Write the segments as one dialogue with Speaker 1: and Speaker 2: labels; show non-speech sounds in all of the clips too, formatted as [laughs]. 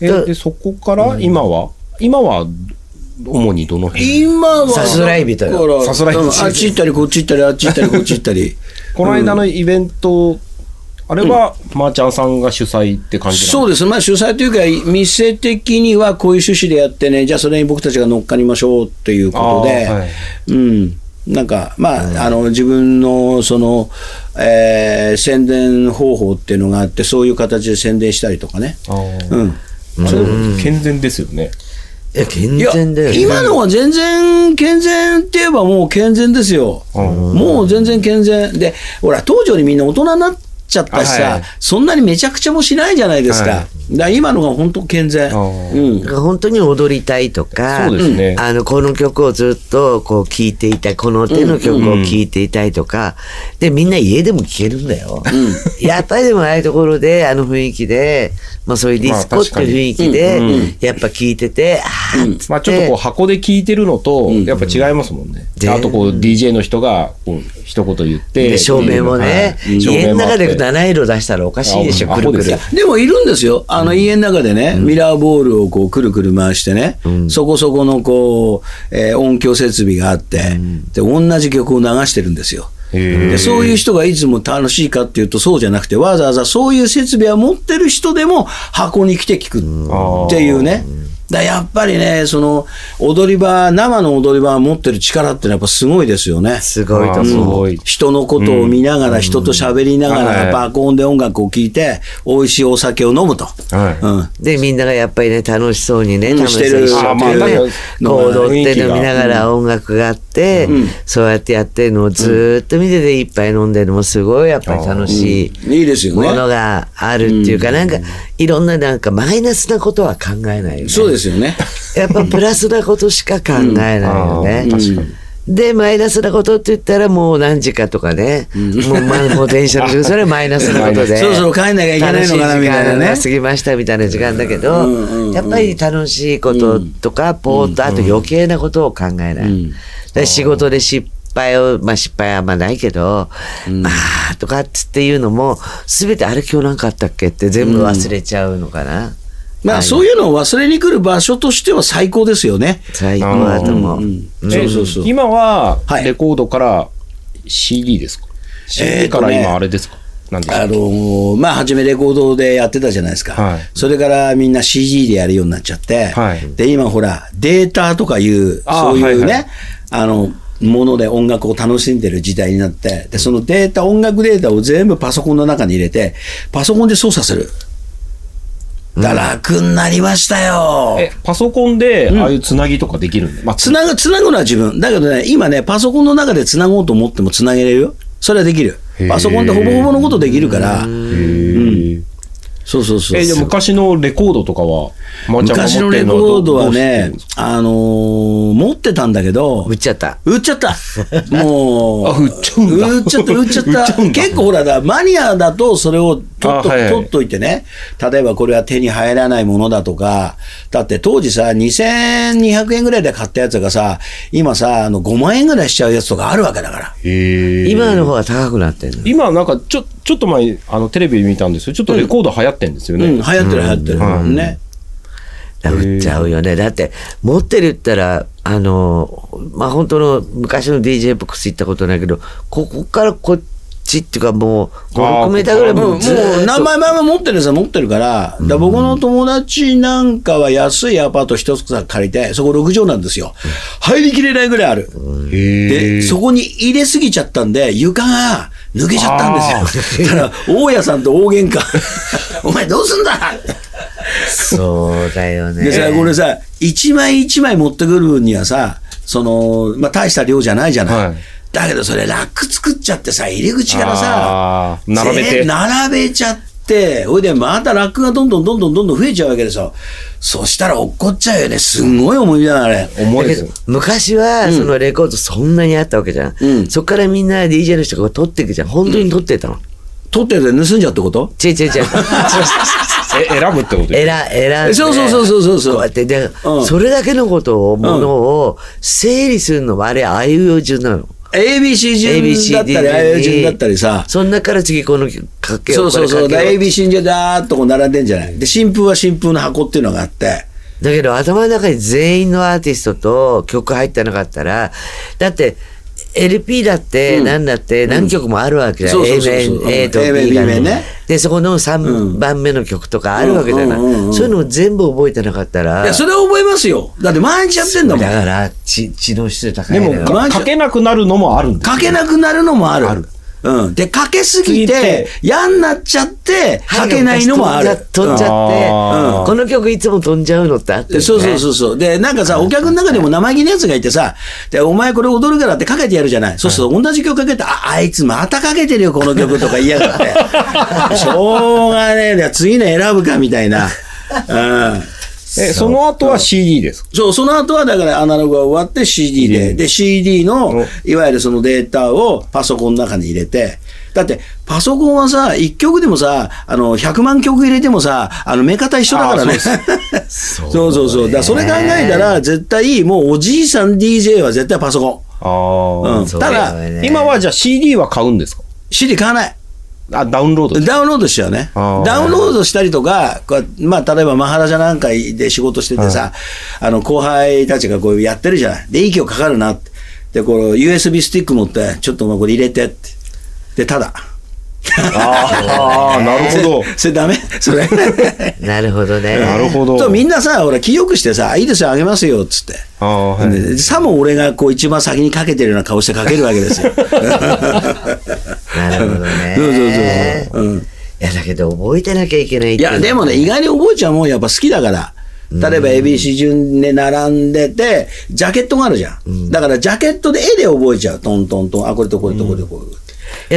Speaker 1: え
Speaker 2: だ
Speaker 1: でそこから今は、今は主にどの辺
Speaker 3: 今は
Speaker 2: さすらい人よ
Speaker 3: だから
Speaker 1: さすらい人
Speaker 3: うんあっち行ったりこっち行ったりあっち
Speaker 1: [laughs]
Speaker 3: 行ったりこっち行ったり
Speaker 1: この間のイベント、あれは、まーちゃんさんが主催って感じな
Speaker 3: そうですまあ主催というか店的にはこういう趣旨でやってねじゃあそれに僕たちが乗っかりましょうっていうことで、
Speaker 1: あーはい
Speaker 3: うんなんかまあ,、あの自分のその、えー宣伝方法っていうのがあってそういう形で宣伝したりとかね、
Speaker 1: です
Speaker 3: うん、
Speaker 1: 健全ですよね。
Speaker 2: いや、健
Speaker 3: いや
Speaker 2: 全だよね。
Speaker 3: 今のは全然健全って言えばもう健全ですよ、もう全然健全でほら東条にみんな大人になっちゃったしさ、
Speaker 1: あはい
Speaker 3: そんなにめちゃくちゃもしないじゃないですか、
Speaker 1: はい
Speaker 3: だから今のが本当健全、
Speaker 1: あ
Speaker 3: うん、
Speaker 2: なんか本当に踊りたいとか、
Speaker 1: そうですね
Speaker 2: あの、この曲をずっとこう聴いていたい、この手の曲を聴いていたいとか、で、みんな家でも聴けるんだよ。やっぱりでもああいうところで、あの雰囲気で、まあそういうディスコ
Speaker 1: まあ確
Speaker 2: って
Speaker 1: か
Speaker 2: い
Speaker 1: に
Speaker 2: う雰囲気で、やっぱ聴いてて、あーっつ
Speaker 1: まあちょっとこう箱で聞いてるのと、やっぱ違いますもんね。
Speaker 2: で
Speaker 1: あとこう DJ の人がこう一言言って。
Speaker 2: で照明もね、
Speaker 1: はい
Speaker 2: 家の中で
Speaker 1: 照明もあって
Speaker 2: 七色出したらおかしいでしょ、
Speaker 1: あ
Speaker 2: くるく
Speaker 1: アホです
Speaker 2: る
Speaker 1: よ。
Speaker 3: でもいるんですよ。あの家の中でね、ミラーボールをこうくるくる回してね、そこそこのこう、えー音響設備があって、で、同じ曲を流してるんですよ。
Speaker 1: へ
Speaker 3: でそういう人がいつも楽しいかっていうとそうじゃなくてわざわざそういう設備を持ってる人でも箱に来て聞くっていうねだやっぱりねその踊り場生の踊り場が持ってる力ってのはやっぱすごいですよね。
Speaker 2: すごいと
Speaker 1: あーす
Speaker 2: 思う。
Speaker 1: ごい。
Speaker 3: 人のことを見ながら、人と喋りなが
Speaker 1: は
Speaker 3: ら、
Speaker 1: い
Speaker 3: パコンで音楽を聴いて、美味しいお酒を飲むと。
Speaker 1: はい
Speaker 3: うん。
Speaker 2: で、みんながやっぱりね、楽しそうにね、
Speaker 3: うん
Speaker 2: 楽しそう
Speaker 3: してる
Speaker 2: に一緒
Speaker 3: あーまあ
Speaker 2: にね
Speaker 1: なんか
Speaker 2: こう踊っ
Speaker 1: 雰囲
Speaker 2: て
Speaker 1: 気
Speaker 2: 飲
Speaker 1: が
Speaker 2: みながら音楽があって、そうやってやってるのをずーっと見てて一杯飲んでるのもすごいやっぱり楽しい。
Speaker 3: いいですよ
Speaker 2: も
Speaker 3: ね。
Speaker 2: のがあるっていうか、なんか、いろんななんかマイナスなことは考えないよね。
Speaker 3: そうですよね。
Speaker 2: やっぱプラスなことしか考えないよね。で、マイナスなことって言ったらもう何時かとかね。もう、まあ、もう電車の
Speaker 3: [laughs]
Speaker 2: 時間、それはマイナスなことで。
Speaker 3: そろそろ帰んなきゃいけないのかなみたいなね
Speaker 2: 楽し時間が過ぎましたみたいな時間だけど、
Speaker 3: うんうんうん
Speaker 2: やっぱり楽しいこととか、ポーっと、あと余計なことを考えない。だから仕事で失敗を、まあ失敗はあんまないけど、まあ、とかっつっていうのも、すべてあれ今日なんかあったっけって全部忘れちゃうのかな。
Speaker 3: まあ、そういうのを忘れに来る場所としては最高ですよね。
Speaker 2: 最高だと思う。
Speaker 3: うんそうそうそう
Speaker 1: え。今は
Speaker 3: はい
Speaker 1: レコードから CD ですか、
Speaker 3: えー
Speaker 1: ?CD
Speaker 3: と
Speaker 1: か
Speaker 3: ね
Speaker 1: ら今あれですかなんです
Speaker 3: あ
Speaker 1: か
Speaker 3: のーまあ、初めレコードでやってたじゃないですか。
Speaker 1: はい
Speaker 3: それからみんな CD でやるようになっちゃって、
Speaker 1: はい
Speaker 3: で、今ほら、データとかいう、
Speaker 1: あー
Speaker 3: そういうね、
Speaker 1: はいはい
Speaker 3: あの、もので音楽を楽しんでる時代になって、で、そのデータ、音楽データを全部パソコンの中に入れて、パソコンで操作する。だ楽になりましたよ。
Speaker 1: え、パソコンでああいうつなぎとかできるんで、まあ、
Speaker 3: つなぐ、つなぐのは自分。だけどね、今ね、パソコンの中でつなごうと思ってもつなげれるよ。それはできる。パソコンでほぼほぼのことできるから、
Speaker 1: え
Speaker 3: そうそうそう。
Speaker 1: えじゃあ昔のレコードとかは、まーちゃんが
Speaker 3: 昔
Speaker 1: 持
Speaker 3: の
Speaker 1: って
Speaker 3: レ
Speaker 1: るの
Speaker 3: コ
Speaker 1: はど
Speaker 3: ードはね
Speaker 1: どうしてるんですか、
Speaker 3: あのー持ってたんだけど
Speaker 2: 売、っちゃった。
Speaker 3: 売っちゃった。もう。
Speaker 1: あ売っちゃうんだ
Speaker 3: 売っちゃった、売っちゃっ
Speaker 1: 売っちゃう
Speaker 3: た。
Speaker 1: んだ
Speaker 3: 結構ほらだ、マニアだとそれを取っと
Speaker 1: あはいはい
Speaker 3: 取っといてね。例えばこれは手に入らないものだとか、だって当時さ、2200円ぐらいで買ったやつがさ、今さ、あの5万円ぐらいしちゃうやつとかあるわけだから。
Speaker 2: 今の方が高くなってるの。
Speaker 1: 今なんかちょ、ちょっと前にあのテレビで見たんですよ。ちょっとレコード流行ってんですよね。
Speaker 3: うん、流行ってる流行ってる。ね。
Speaker 2: 売っちゃうよね。だって、持ってるったら、あの、まあ、本当の昔の DJ ボックス行ったことないけど、ここからこっちっていうかもう、5、
Speaker 1: あー
Speaker 2: 6メーターぐらい
Speaker 3: もう
Speaker 2: も
Speaker 3: も
Speaker 2: うずーっと
Speaker 3: う何枚前も持ってるやつは持ってるから、だから僕の友達なんかは安いアパート一つ借りて、そこ6畳なんですよ。入りきれないぐらいある。で、そこに入れすぎちゃったんで、床が抜けちゃったんですよ。だから、大家さんと大喧嘩。 [laughs] お前どうすんだ
Speaker 2: そうだよね。
Speaker 3: でさ、これさ、一枚一枚持ってくる分にはさ、その、まあ、大した量じゃないじゃない。
Speaker 1: はい
Speaker 3: だけどそれラック作っちゃってさ、入り口からさ
Speaker 1: あ、ー並べて
Speaker 3: 全部並べちゃって、ほいでまたラックがどんどんどんどんどんどん増えちゃうわけですよ。そしたら落っこっちゃうよね。すんごい思い出だな、あれ。
Speaker 1: 重いで
Speaker 2: だけ
Speaker 1: す
Speaker 2: ど
Speaker 1: よ。
Speaker 2: 昔はそのレコードそんなにあったわけじゃん、
Speaker 3: うん
Speaker 2: そっからみんな DJ の人が取っていくじゃん本当に取ってたの、
Speaker 3: 取ってて盗んじゃうってこと
Speaker 2: ちいちい
Speaker 3: [laughs]
Speaker 2: ちい
Speaker 1: え、選ぶってこと
Speaker 2: え
Speaker 1: よ
Speaker 2: ら、えらんで。
Speaker 3: そうそうそうそうそうそう
Speaker 2: こうやって、で、
Speaker 3: うん
Speaker 2: それだけのことを、ものを整理するのもあれ、あいう順なの。
Speaker 3: ABC 順だったり、ああいう順だったりさ、
Speaker 2: そんなから次このかけ
Speaker 3: そうそうそう、
Speaker 2: これかけよ
Speaker 3: ABC 順でダーっとこう並んでんじゃない。で、新風は新風の箱っていうのがあって、
Speaker 2: だけど頭の中に全員のアーティストと曲入ってなかったら、だって LP だって何だって何曲もあるわけだよ。
Speaker 3: そう
Speaker 2: A
Speaker 3: そうそうそう
Speaker 2: 面、A と
Speaker 3: A 面
Speaker 2: B が
Speaker 3: B 面ね
Speaker 2: ね。で、そこの3番目の曲とかあるわけだな。
Speaker 3: うんうんうんうん
Speaker 2: そういうのを全部覚えてなかったら、
Speaker 3: いや、それは覚えますよ。だって毎日やってんだ
Speaker 2: だ
Speaker 3: もん。
Speaker 2: から知知能指数高
Speaker 1: で
Speaker 2: いの
Speaker 1: も
Speaker 2: よ。
Speaker 1: か、かけなくなるのもあるんです
Speaker 3: かけなくなるのもある。うん。で、かけすぎ
Speaker 1: 過ぎ
Speaker 3: て
Speaker 1: て、
Speaker 3: 嫌になっちゃって、かけないのもある。
Speaker 2: 飛んじゃ飛んじゃって、
Speaker 1: うん
Speaker 2: この曲いつも飛んじゃうのってあって、
Speaker 3: で
Speaker 2: ね。
Speaker 3: そうそうそうそう。で、なんかさ、お客の中でも生意気なやつがいてさ、で、お前これ踊るからってかけてやるじゃない。そうすると同じ曲かけて、あ、あいつまたかけてるよ、この曲とか言いや
Speaker 2: [laughs]
Speaker 3: がって。しょうがねえな、次の選ぶか、みたいな。うん。
Speaker 1: え、その後は CD ですか
Speaker 3: そう、その後はだからアナログが終わって CD で、で CD の
Speaker 1: お
Speaker 3: いわゆるそのデータをパソコンの中に入れて、だってパソコンはさ、1曲でもさ、あの、100万曲入れてもさ、あの、目方一緒だからね。そう [laughs] そうそうそう。だからそれ考えたら、絶対もうおじいさん DJ は絶対パソコン。
Speaker 1: ああ、
Speaker 3: うん
Speaker 2: そう
Speaker 3: た
Speaker 2: そうだ
Speaker 3: だ、
Speaker 2: よね
Speaker 1: 今はじゃあ CD は買うんですか
Speaker 3: CD 買わない。
Speaker 1: あ、ダウンロードです
Speaker 3: ダウンロードしちゃうね。
Speaker 1: あー
Speaker 3: ダウンロードしたりとか、こうまあ、例えばマハラジャなんかで仕事しててさ、あの、後輩たちがこうやってるじゃない。で、いい曲かかるなって。で、この USB スティック持って、ちょっとまあこれ入れてって。で、ただ。
Speaker 1: ああ、なるほど。
Speaker 3: [laughs] それダメそれ。
Speaker 2: なるほどね。
Speaker 1: なるほど。
Speaker 3: そう、みんなさ、ほら、清くしてさ、いいですよ、あげますよ、っつって。
Speaker 1: ああ、はい。
Speaker 3: でさも俺がこう一番先にかけてるような顔してかけるわけです
Speaker 1: [laughs]
Speaker 3: よ。
Speaker 2: なるほどね。
Speaker 3: そうそうそううん
Speaker 2: いや、だけど覚えてなきゃいけないっ
Speaker 3: い
Speaker 2: てうの
Speaker 3: や、でもね、意外に覚えちゃうもん、やっぱ好きだから。例えば ABC 順で並んでて、ジャケットがあるじゃん。だからジャケットで絵で覚えちゃう。トントントン。あ、これとこれとこれとこれ。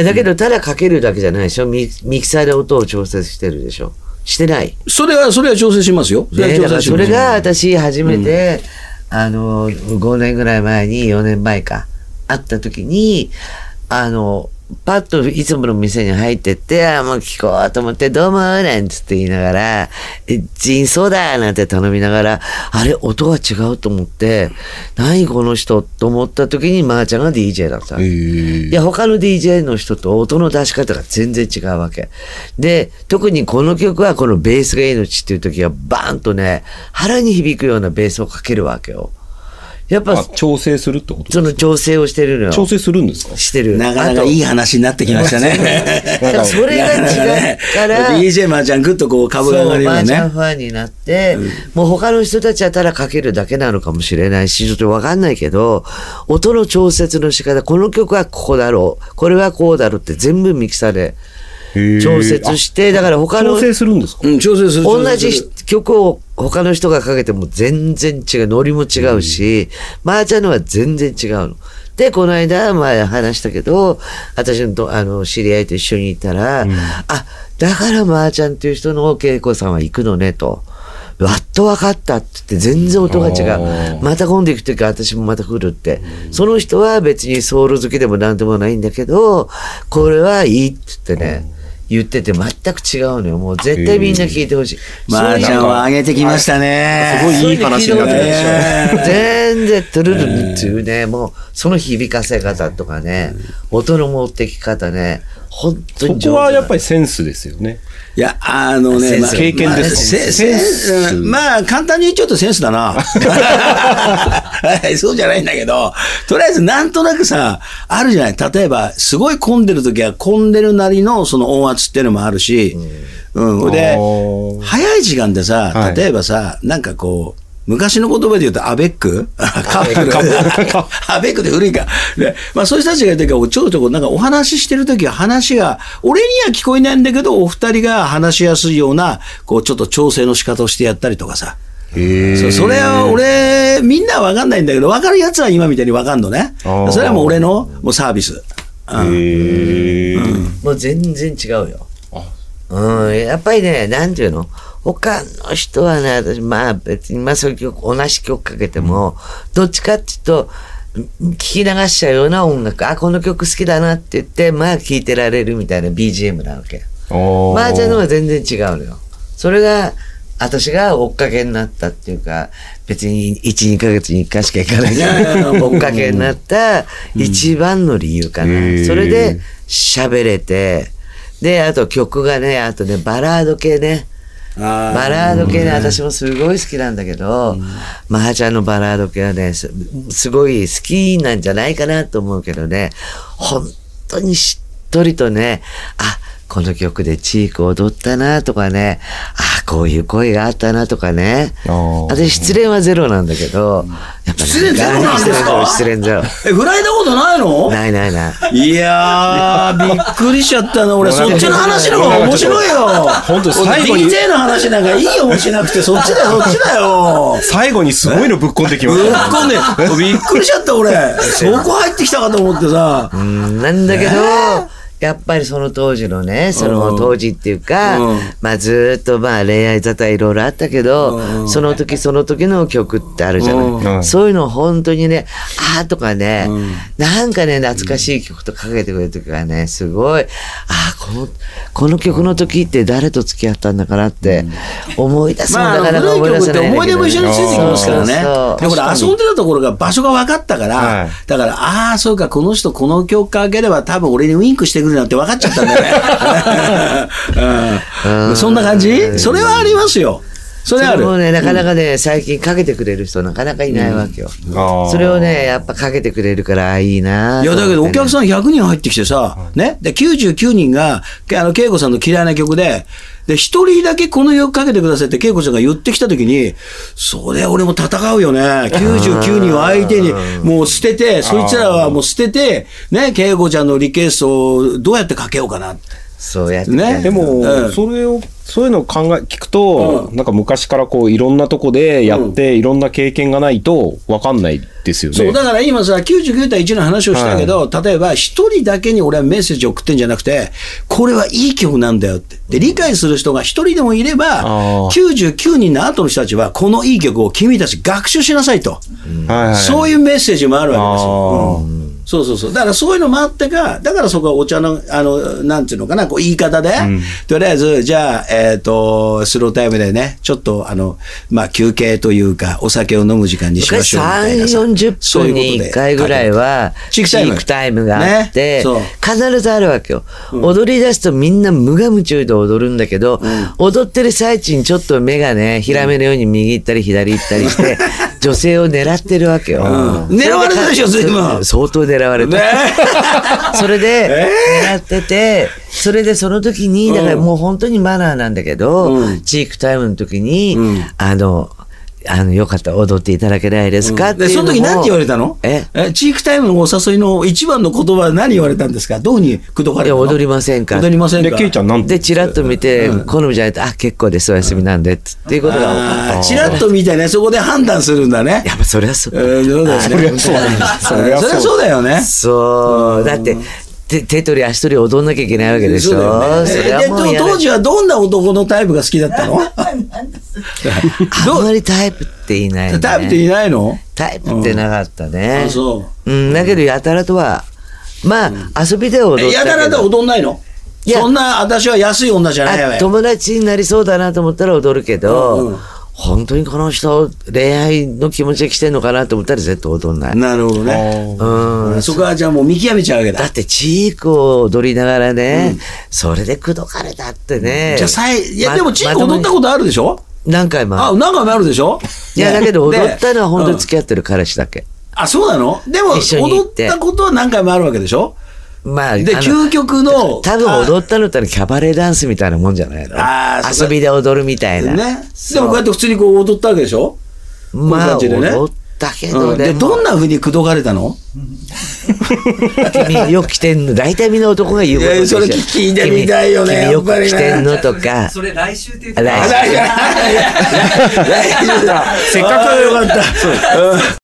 Speaker 2: いや、だけどただかけるだけじゃないでしょミミキサーで音を調節してるでしょしてない。
Speaker 3: それは、それは調整しますよ。それ
Speaker 2: ね、
Speaker 3: は
Speaker 2: だか
Speaker 3: 調整
Speaker 2: ら
Speaker 3: し
Speaker 2: そ
Speaker 3: ま
Speaker 2: れ
Speaker 3: す。
Speaker 2: が私初めて、あの5年ぐらい前に4年前か会った時にあのパッといつもの店に入ってって、あもう聞こうと思って、どうもーなんつって言いながら、えジンソーダーなんて頼みながら、あれ、音が違うと思って、何この人と思った時に、まーちゃんが DJ だったの。いや、他の DJ の人と音の出し方が全然違うわけ。で、特にこの曲はこのベースが命っていう時はバーンとね、腹に響くようなベースをかけるわけよ。やっ
Speaker 1: あ
Speaker 2: ぱ、
Speaker 1: 調整するってこと
Speaker 2: その調整をしてるのよ。
Speaker 1: 調整するんですか
Speaker 2: してる。
Speaker 3: なかな
Speaker 2: あ
Speaker 3: か
Speaker 2: と
Speaker 3: いい話になってきましたね。
Speaker 2: だから [laughs] それが違う
Speaker 3: [laughs]
Speaker 2: から、
Speaker 3: DJ マーちゃんぐっとこう株が上がるよ
Speaker 2: そうマージャン
Speaker 3: ね。
Speaker 2: ファンになって、もう他の人たちはただかけるだけなのかもしれないし、ちょっとわかんないけど、音の調節の仕方、この曲はここだろう、これはこうだろうって全部ミキサーで調節して、だから他の
Speaker 1: 調整するんですか
Speaker 3: うん、調整する。
Speaker 2: 同
Speaker 3: 調整す
Speaker 2: じ
Speaker 3: る
Speaker 2: 曲を他の人がかけても全然違う。ノリも違うし、マーちゃんのは全然違うの。で、この間、まあ話したけど、私のとあの知り合いと一緒にいたら、あ、だからマーちゃんっていう人の恵子さんは行くのねと。わっと分かったって言って全然音が違う。また今度行くときは私もまた来るって。その人は別にソウル好きでも何でもないんだけど、これはいいって言ってね、言ってて全く違うのよ。もう絶対みんな聞いてほしい。
Speaker 3: マーちゃんは上げてきましたね。
Speaker 1: すごいいい話になってるでしょ。
Speaker 2: 全然トゥルルルっていうね、もうその響かせ方とかね、音の持ってき方ね、本当に上手
Speaker 1: そこはやっぱりセンスですよね。
Speaker 3: いや、あのね、
Speaker 2: 先生
Speaker 3: まあ
Speaker 1: 経験です
Speaker 3: まあせ
Speaker 1: センス
Speaker 3: せんうんまあ、簡単に言っちゃうとセンスだ
Speaker 1: [laughs]
Speaker 3: な。そうじゃないんだけど、とりあえずなんとなくさ、あるじゃない。例えば、すごい混んでる時は混んでるなりのその音圧っていうのもあるし、うん。で
Speaker 1: あ、ー
Speaker 3: 早い時間でさ
Speaker 1: は、い
Speaker 3: 例えばさ、なんかこう、昔の言葉で言うと、アベック [laughs] カップル。 [laughs] アベックで古いか。ねまあ、そういう人たちがいるときは、ちょこちょこなんかお話ししてるときは話が、俺には聞こえないんだけど、お二人が話しやすいような、こう、ちょっと調整の仕方をしてやったりとかさ。そうそれは俺、みんなは分かんないんだけど、分かるやつは今みたいに分かんのね。
Speaker 1: あー
Speaker 3: それはもう俺のもうサービス。うん
Speaker 1: へえ。
Speaker 2: もう全然違うよ。うん、やっぱりね、なんていうの他の人はね、私、まあ別に、まあそういう曲、同じ曲かけても、どっちかっていうと、ん聞き流しちゃうような音楽、あ、この曲好きだなって言って、まあ聴いてられるみたいな BGM なわけ。
Speaker 1: あー
Speaker 2: 麻雀の方が全然違うのよ。それが私が追っかけになったっていうか、別に1、2ヶ月に1回しか行かないか
Speaker 3: いやいや
Speaker 2: ら、
Speaker 3: うん
Speaker 2: 追っかけになった一番の理由かな。
Speaker 1: へー
Speaker 2: それで喋れて、で、あと曲がね、あとね、バラード系ね。
Speaker 3: あー
Speaker 2: バラード系ね、私もすごい好きなんだけど、マハちゃんのバラード系はね、すすごい好きなんじゃないかなと思うけどね、本当にしっとりとね、あ、この曲でチーク踊ったなとかね、あ、こういう声があったなとかね。
Speaker 1: あー
Speaker 2: 私失恋はゼロなんだけど、やっぱ
Speaker 3: 失恋ゼロなんですか
Speaker 2: 失恋ゼロ。
Speaker 3: え、振られたことないの
Speaker 2: ないないない。
Speaker 3: いやー、びっくりしちゃったな、俺。そっちの話の方が面白いよ。
Speaker 1: 本当最後に
Speaker 3: DJ の話なんかいいよ、しなくて。そっちだよ、そっちだよ。
Speaker 1: 最後にすごいのぶっこんできま
Speaker 3: ぶ
Speaker 1: し
Speaker 3: った
Speaker 1: ね。
Speaker 3: こんで、びっくりしちゃった、俺。そこ入ってきたかと思ってさ。
Speaker 2: うんなんだけど、やっぱりその当時のね、その当時っていうか、
Speaker 3: うん
Speaker 2: まあずーっとまあ恋愛沙汰いろいろあったけど、その時その時の曲ってあるじゃない。
Speaker 1: うん
Speaker 2: そういうの本当にね、あーとかね、なんかね、懐かしい曲とかけてくれる時がね、すごい、あーこの、この曲の時って誰と付き合ったんだかなって思い出すもん
Speaker 3: まあ、
Speaker 2: なかなか
Speaker 3: 古
Speaker 2: 思
Speaker 3: い
Speaker 2: い出
Speaker 3: 曲
Speaker 2: せ
Speaker 3: って
Speaker 2: ないんだ
Speaker 3: 思い
Speaker 2: け
Speaker 3: 出
Speaker 2: ど
Speaker 3: も
Speaker 2: ね
Speaker 3: 一緒についてきますからね。
Speaker 2: そう
Speaker 3: で、
Speaker 2: そう
Speaker 3: ほら、遊んでたところが場所が分かったから、
Speaker 1: はい
Speaker 3: だから、ああ、そうか、この人この曲かければ多分俺にウインクしてくるなんて分かっちゃったんだよね [laughs] うん。そんな感じそれはありますよ。それはある。
Speaker 2: もね、なかなかね、最近かけてくれる人なかなかいないわけよ。
Speaker 1: あー
Speaker 2: それをね、やっぱかけてくれるから、あいいなぁ
Speaker 3: いや、だけどお客
Speaker 2: さ
Speaker 3: さん100人入ってきてさ、ね。で、99人が、けあの、恵子さんの嫌いな曲で、で、一人だけこの曲かけてくださいって恵子ちゃんが言ってきたときに、それ俺も戦うよね。99人を相手にもう捨てて、そいつらはもう捨てて、ね、恵子ちゃんのリクエストをどうやってかけようかなって。
Speaker 2: そうやって
Speaker 3: ね
Speaker 1: でも、
Speaker 3: うん
Speaker 1: それを、そういうのを考え、聞くと、
Speaker 3: う
Speaker 1: なんか昔からこう、いろんなとこでやって、いろんな経験がないと、わかんないですよね。
Speaker 3: そう、だから今さ、99対1の話をしたけど、例えば一人だけに俺はメッセージを送ってんじゃなくて、これはいい曲なんだよって。で、理解する人が一人でもいれば
Speaker 1: あ、ー
Speaker 3: 99人の後の人たちは、このいい曲を君たち学習しなさいと。
Speaker 1: はいはい、
Speaker 3: そういうメッセージもあるわけですよ。
Speaker 1: あー
Speaker 3: うんそうそうそう。だからそういうのもあってか、だからそこはお茶の、あの、なんていうのかな、こう言い方で、とりあえず、じゃあ、えっ、と、スロータイムでね、ちょっと、あの、まあ、休憩というか、お酒を飲む時間にしまし
Speaker 2: 昔
Speaker 3: ょうみたい
Speaker 2: 3、
Speaker 3: なさ。
Speaker 2: 40分に1回ぐらいは、
Speaker 3: チークタイム
Speaker 2: があって、
Speaker 3: ねそう
Speaker 2: 必ずあるわけよ。踊り出すとみんな無我夢中で踊るんだけど、踊ってる最中にちょっと目がね、ヒラメのように右行ったり左行ったり
Speaker 3: [laughs]
Speaker 2: して、女性を狙ってるわけよ。
Speaker 3: 狙われたでしょ随分
Speaker 2: 相当狙われた。 [laughs] それで、狙ってて、それでその時に、だからもう本当にマナーなんだけど、チークタイムの時に、あの、あの、よかったら踊っていただけないですかって
Speaker 3: で、
Speaker 2: いう
Speaker 3: そ
Speaker 2: の
Speaker 3: の時何て言われたの
Speaker 2: え
Speaker 3: チークタイムのお誘いの一番の言葉は何言われたんですかどうに口説か
Speaker 2: い
Speaker 3: れた
Speaker 2: や、
Speaker 3: の
Speaker 2: 踊りませんか
Speaker 3: 踊りません
Speaker 1: で、
Speaker 3: か
Speaker 1: ケイちゃんなん
Speaker 2: で、チラッと見て、好みじゃないと、あ、結構です、お休みなんで、つっていうことが多か
Speaker 3: あ
Speaker 2: っ
Speaker 3: ー
Speaker 2: た。
Speaker 3: チラッと見てね、そこで判断するんだね。
Speaker 2: やっぱそりゃそう
Speaker 3: えーそうだよね
Speaker 1: そりゃそうだよね
Speaker 3: そりゃ
Speaker 1: そりゃそう
Speaker 3: そうだよね。
Speaker 2: そう、だって、手手取り足取り踊んなきゃいけないわけでしょ。
Speaker 3: そうだよね
Speaker 2: それ
Speaker 3: え
Speaker 2: は
Speaker 3: で
Speaker 2: もう嫌だ
Speaker 3: 当時はどんな男のタイプが好きだっ
Speaker 2: [laughs]
Speaker 3: たの
Speaker 2: あんまりタイプっていない、ね。
Speaker 3: タイプっていないの
Speaker 2: タイプってなかったね。。
Speaker 3: あそう
Speaker 2: ん、だけど、やたらとは、まあ、遊びでは踊
Speaker 3: え
Speaker 2: ったけど。
Speaker 3: やたらと踊んないの
Speaker 2: いや
Speaker 3: そんな私は安い女じゃないわ
Speaker 2: あ
Speaker 3: よ。
Speaker 2: 友達になりそうだなと思ったら踊るけど、
Speaker 3: うんうん
Speaker 2: 本当にこの人、恋愛の気持ちで来てんのかなと思ったら絶対踊んない。
Speaker 3: なるほどね。
Speaker 2: うん。
Speaker 3: そこはじゃあもう見極めちゃうわけだ
Speaker 2: だ。って、チークを踊りながらね、それで口説かれたってね。
Speaker 3: じゃあさえ、いや
Speaker 2: ま
Speaker 3: でもチーク踊ったことあるでしょ
Speaker 2: 何回もあ
Speaker 3: あ、
Speaker 2: る。
Speaker 3: 何回もあるでしょ
Speaker 2: いや、だけど
Speaker 3: ね
Speaker 2: 踊ったのは本当に
Speaker 3: うん
Speaker 2: 付き合ってる彼氏だけ。
Speaker 3: あ、そうなのでも、
Speaker 2: 一緒に行
Speaker 3: 踊
Speaker 2: っ
Speaker 3: ってたことは何回もあるわけでしょ
Speaker 2: まあ、
Speaker 3: で、
Speaker 2: あの
Speaker 3: 究極の。
Speaker 2: 多
Speaker 3: あ
Speaker 2: 分踊ったのってキャバレーダンスみたいなもんじゃないの
Speaker 3: あーそ
Speaker 2: 遊
Speaker 3: う
Speaker 2: びで踊るみたいな。
Speaker 3: ね。でもこうやって普通にこう踊ったわけでしょ
Speaker 2: まあ、
Speaker 3: こういう感じでね
Speaker 2: 踊ったけど、
Speaker 3: うんで、
Speaker 2: も
Speaker 3: どんな風に口説かれたの
Speaker 2: 君よく着てんの、大体みんな男が言うことでしょ
Speaker 3: いやそれ聞いてみたいよね
Speaker 2: 君君よく着てんの
Speaker 3: やっ
Speaker 2: とか。
Speaker 4: それ来週って言っ
Speaker 2: 来週
Speaker 3: 大丈夫だ。
Speaker 1: せっかく
Speaker 3: あーよかった。